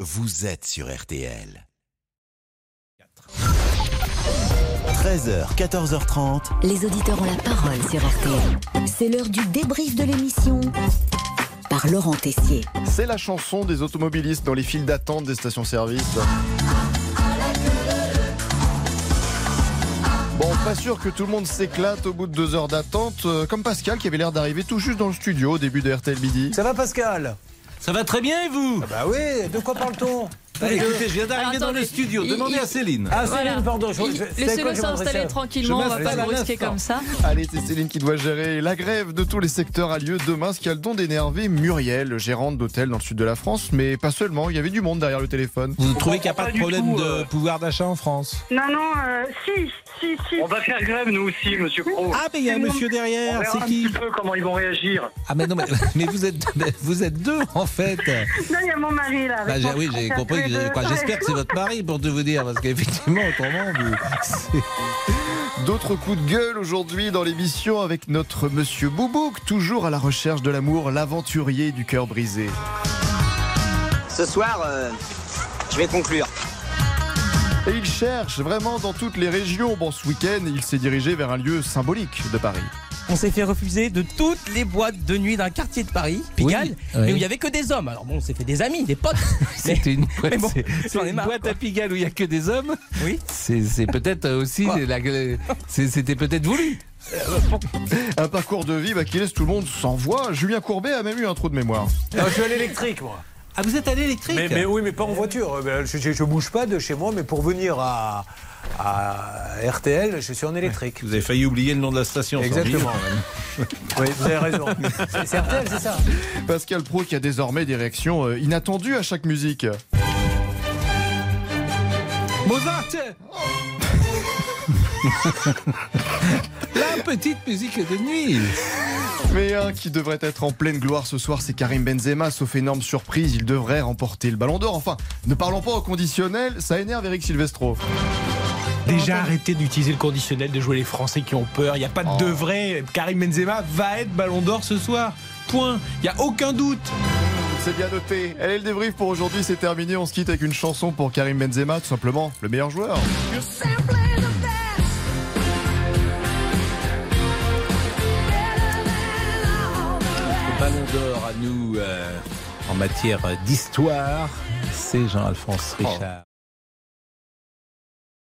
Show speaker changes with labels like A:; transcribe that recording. A: vous êtes sur RTL. 13h, 14h30.
B: Les auditeurs ont la parole sur RTL. C'est l'heure du débrief de l'émission par Laurent Tessier.
C: C'est la chanson des automobilistes dans les files d'attente des stations-service. Bon, pas sûr que tout le monde s'éclate au bout de deux heures d'attente, euh, comme Pascal qui avait l'air d'arriver tout juste dans le studio au début de RTL Midi.
D: Ça va Pascal
E: Ça va très bien et vous
D: Bah oui, de quoi parle-t-on
E: Bah, Écoutez, je viens d'arriver
F: Alors,
E: dans le
F: attendez.
E: studio.
F: Il-
E: Demandez
F: il-
E: à Céline.
D: Ah
F: Voilà.
D: Céline, pardon, je, je- c'est à quoi
F: Laissez-le
D: je m'adressais
F: s'installer
D: avant
F: tranquillement, on va
E: m'installe
F: pas
E: à
F: le brusquer
E: l'instant.
F: comme ça.
C: Allez, c'est Céline qui doit gérer. La grève de tous les secteurs a lieu demain, ce qui a le don d'énerver Muriel, gérante d'hôtel dans le sud de la France, mais pas seulement, il y avait du monde derrière le téléphone.
E: Vous trouvez qu'il n'y a pas de problème de pouvoir d'achat en France
G: euh. Non, non, euh, si, si, si.
H: On va faire grève, nous aussi, monsieur Pro.
E: Ah, mais il y a un monsieur derrière,
H: On verra
E: c'est
H: un
E: qui
H: petit peu comment ils vont réagir.
E: Ah, mais non, mais, mais vous, êtes, mais vous êtes deux en fait.
G: Non, il y a mon mari là.
E: Bah, j'ai-
G: avec moi.
E: oui, j'ai
G: On
E: compris. que
G: fait tous
E: j'ai-
G: les deux.
E: quoi, J'espère que c'est votre mari pour tout vous dire, parce qu'effectivement, autrement, vous. c'est-
C: D'autres coups de gueule aujourd'hui dans l'émission avec notre monsieur Boubouk, toujours à la recherche de l'amour, l'aventurier du cœur brisé.
I: Ce soir, euh, je vais conclure.
C: Et il cherche vraiment dans toutes les régions. Bon, ce week-end, il s'est dirigé vers un lieu symbolique de Paris.
J: On s'est fait refuser de toutes les boîtes de nuit d'un quartier de Paris, Pigalle,
E: Oui,
J: mais
E: oui.
J: où il y avait que des hommes. Alors bon, on s'est fait des amis, des potes. mais
E: C'était une boîte,
J: mais bon,
E: c'est-
J: j'en
E: c'est
J: ai
E: une
J: marre,
E: boîte
J: quoi.
E: à Pigalle où il n'y a que des hommes.
J: oui.
E: C'est c'est peut-être aussi.
J: Quoi
E: la- c'est- C'était peut-être voulu.
C: Un parcours de vie bah, qui laisse tout le monde sans voix. Julien Courbet a même eu un trou de mémoire.
D: Non, je suis à l'électrique moi.
E: Ah, vous êtes à l'électrique
D: Mais, mais oui, mais pas en voiture. Euh, ben, Je, je- je bouge pas de chez moi, mais pour venir à, à RTL, je suis en électrique.
E: Vous avez failli oublier le nom de la station. sans
D: Exactement.
E: doute.
D: Oui, vous avez raison. C'est c'est RTL, c'est ça.
C: Pascal Pro qui a désormais des réactions euh, inattendues à chaque musique.
E: Mozart La petite musique de nuit
C: Mais un qui devrait être en pleine gloire ce soir, c'est Karim Benzema. Sauf énorme surprise, il devrait remporter le ballon d'or. Enfin, ne parlons pas au conditionnel, ça énerve Eric Silvestro.
K: Déjà arrêtez d'utiliser le conditionnel de jouer les Français qui ont peur. Il n'y a pas de
D: Oh.
K: de vrai. Karim Benzema va être Ballon d'Or ce soir. Point. Il n'y a aucun doute.
C: C'est bien noté. Allez, le débrief pour aujourd'hui, c'est terminé. On se quitte avec une chanson pour Karim Benzema, tout simplement le meilleur joueur.
E: Le ballon d'or à nous euh, en matière d'histoire, c'est Jean-Alphonse Richard.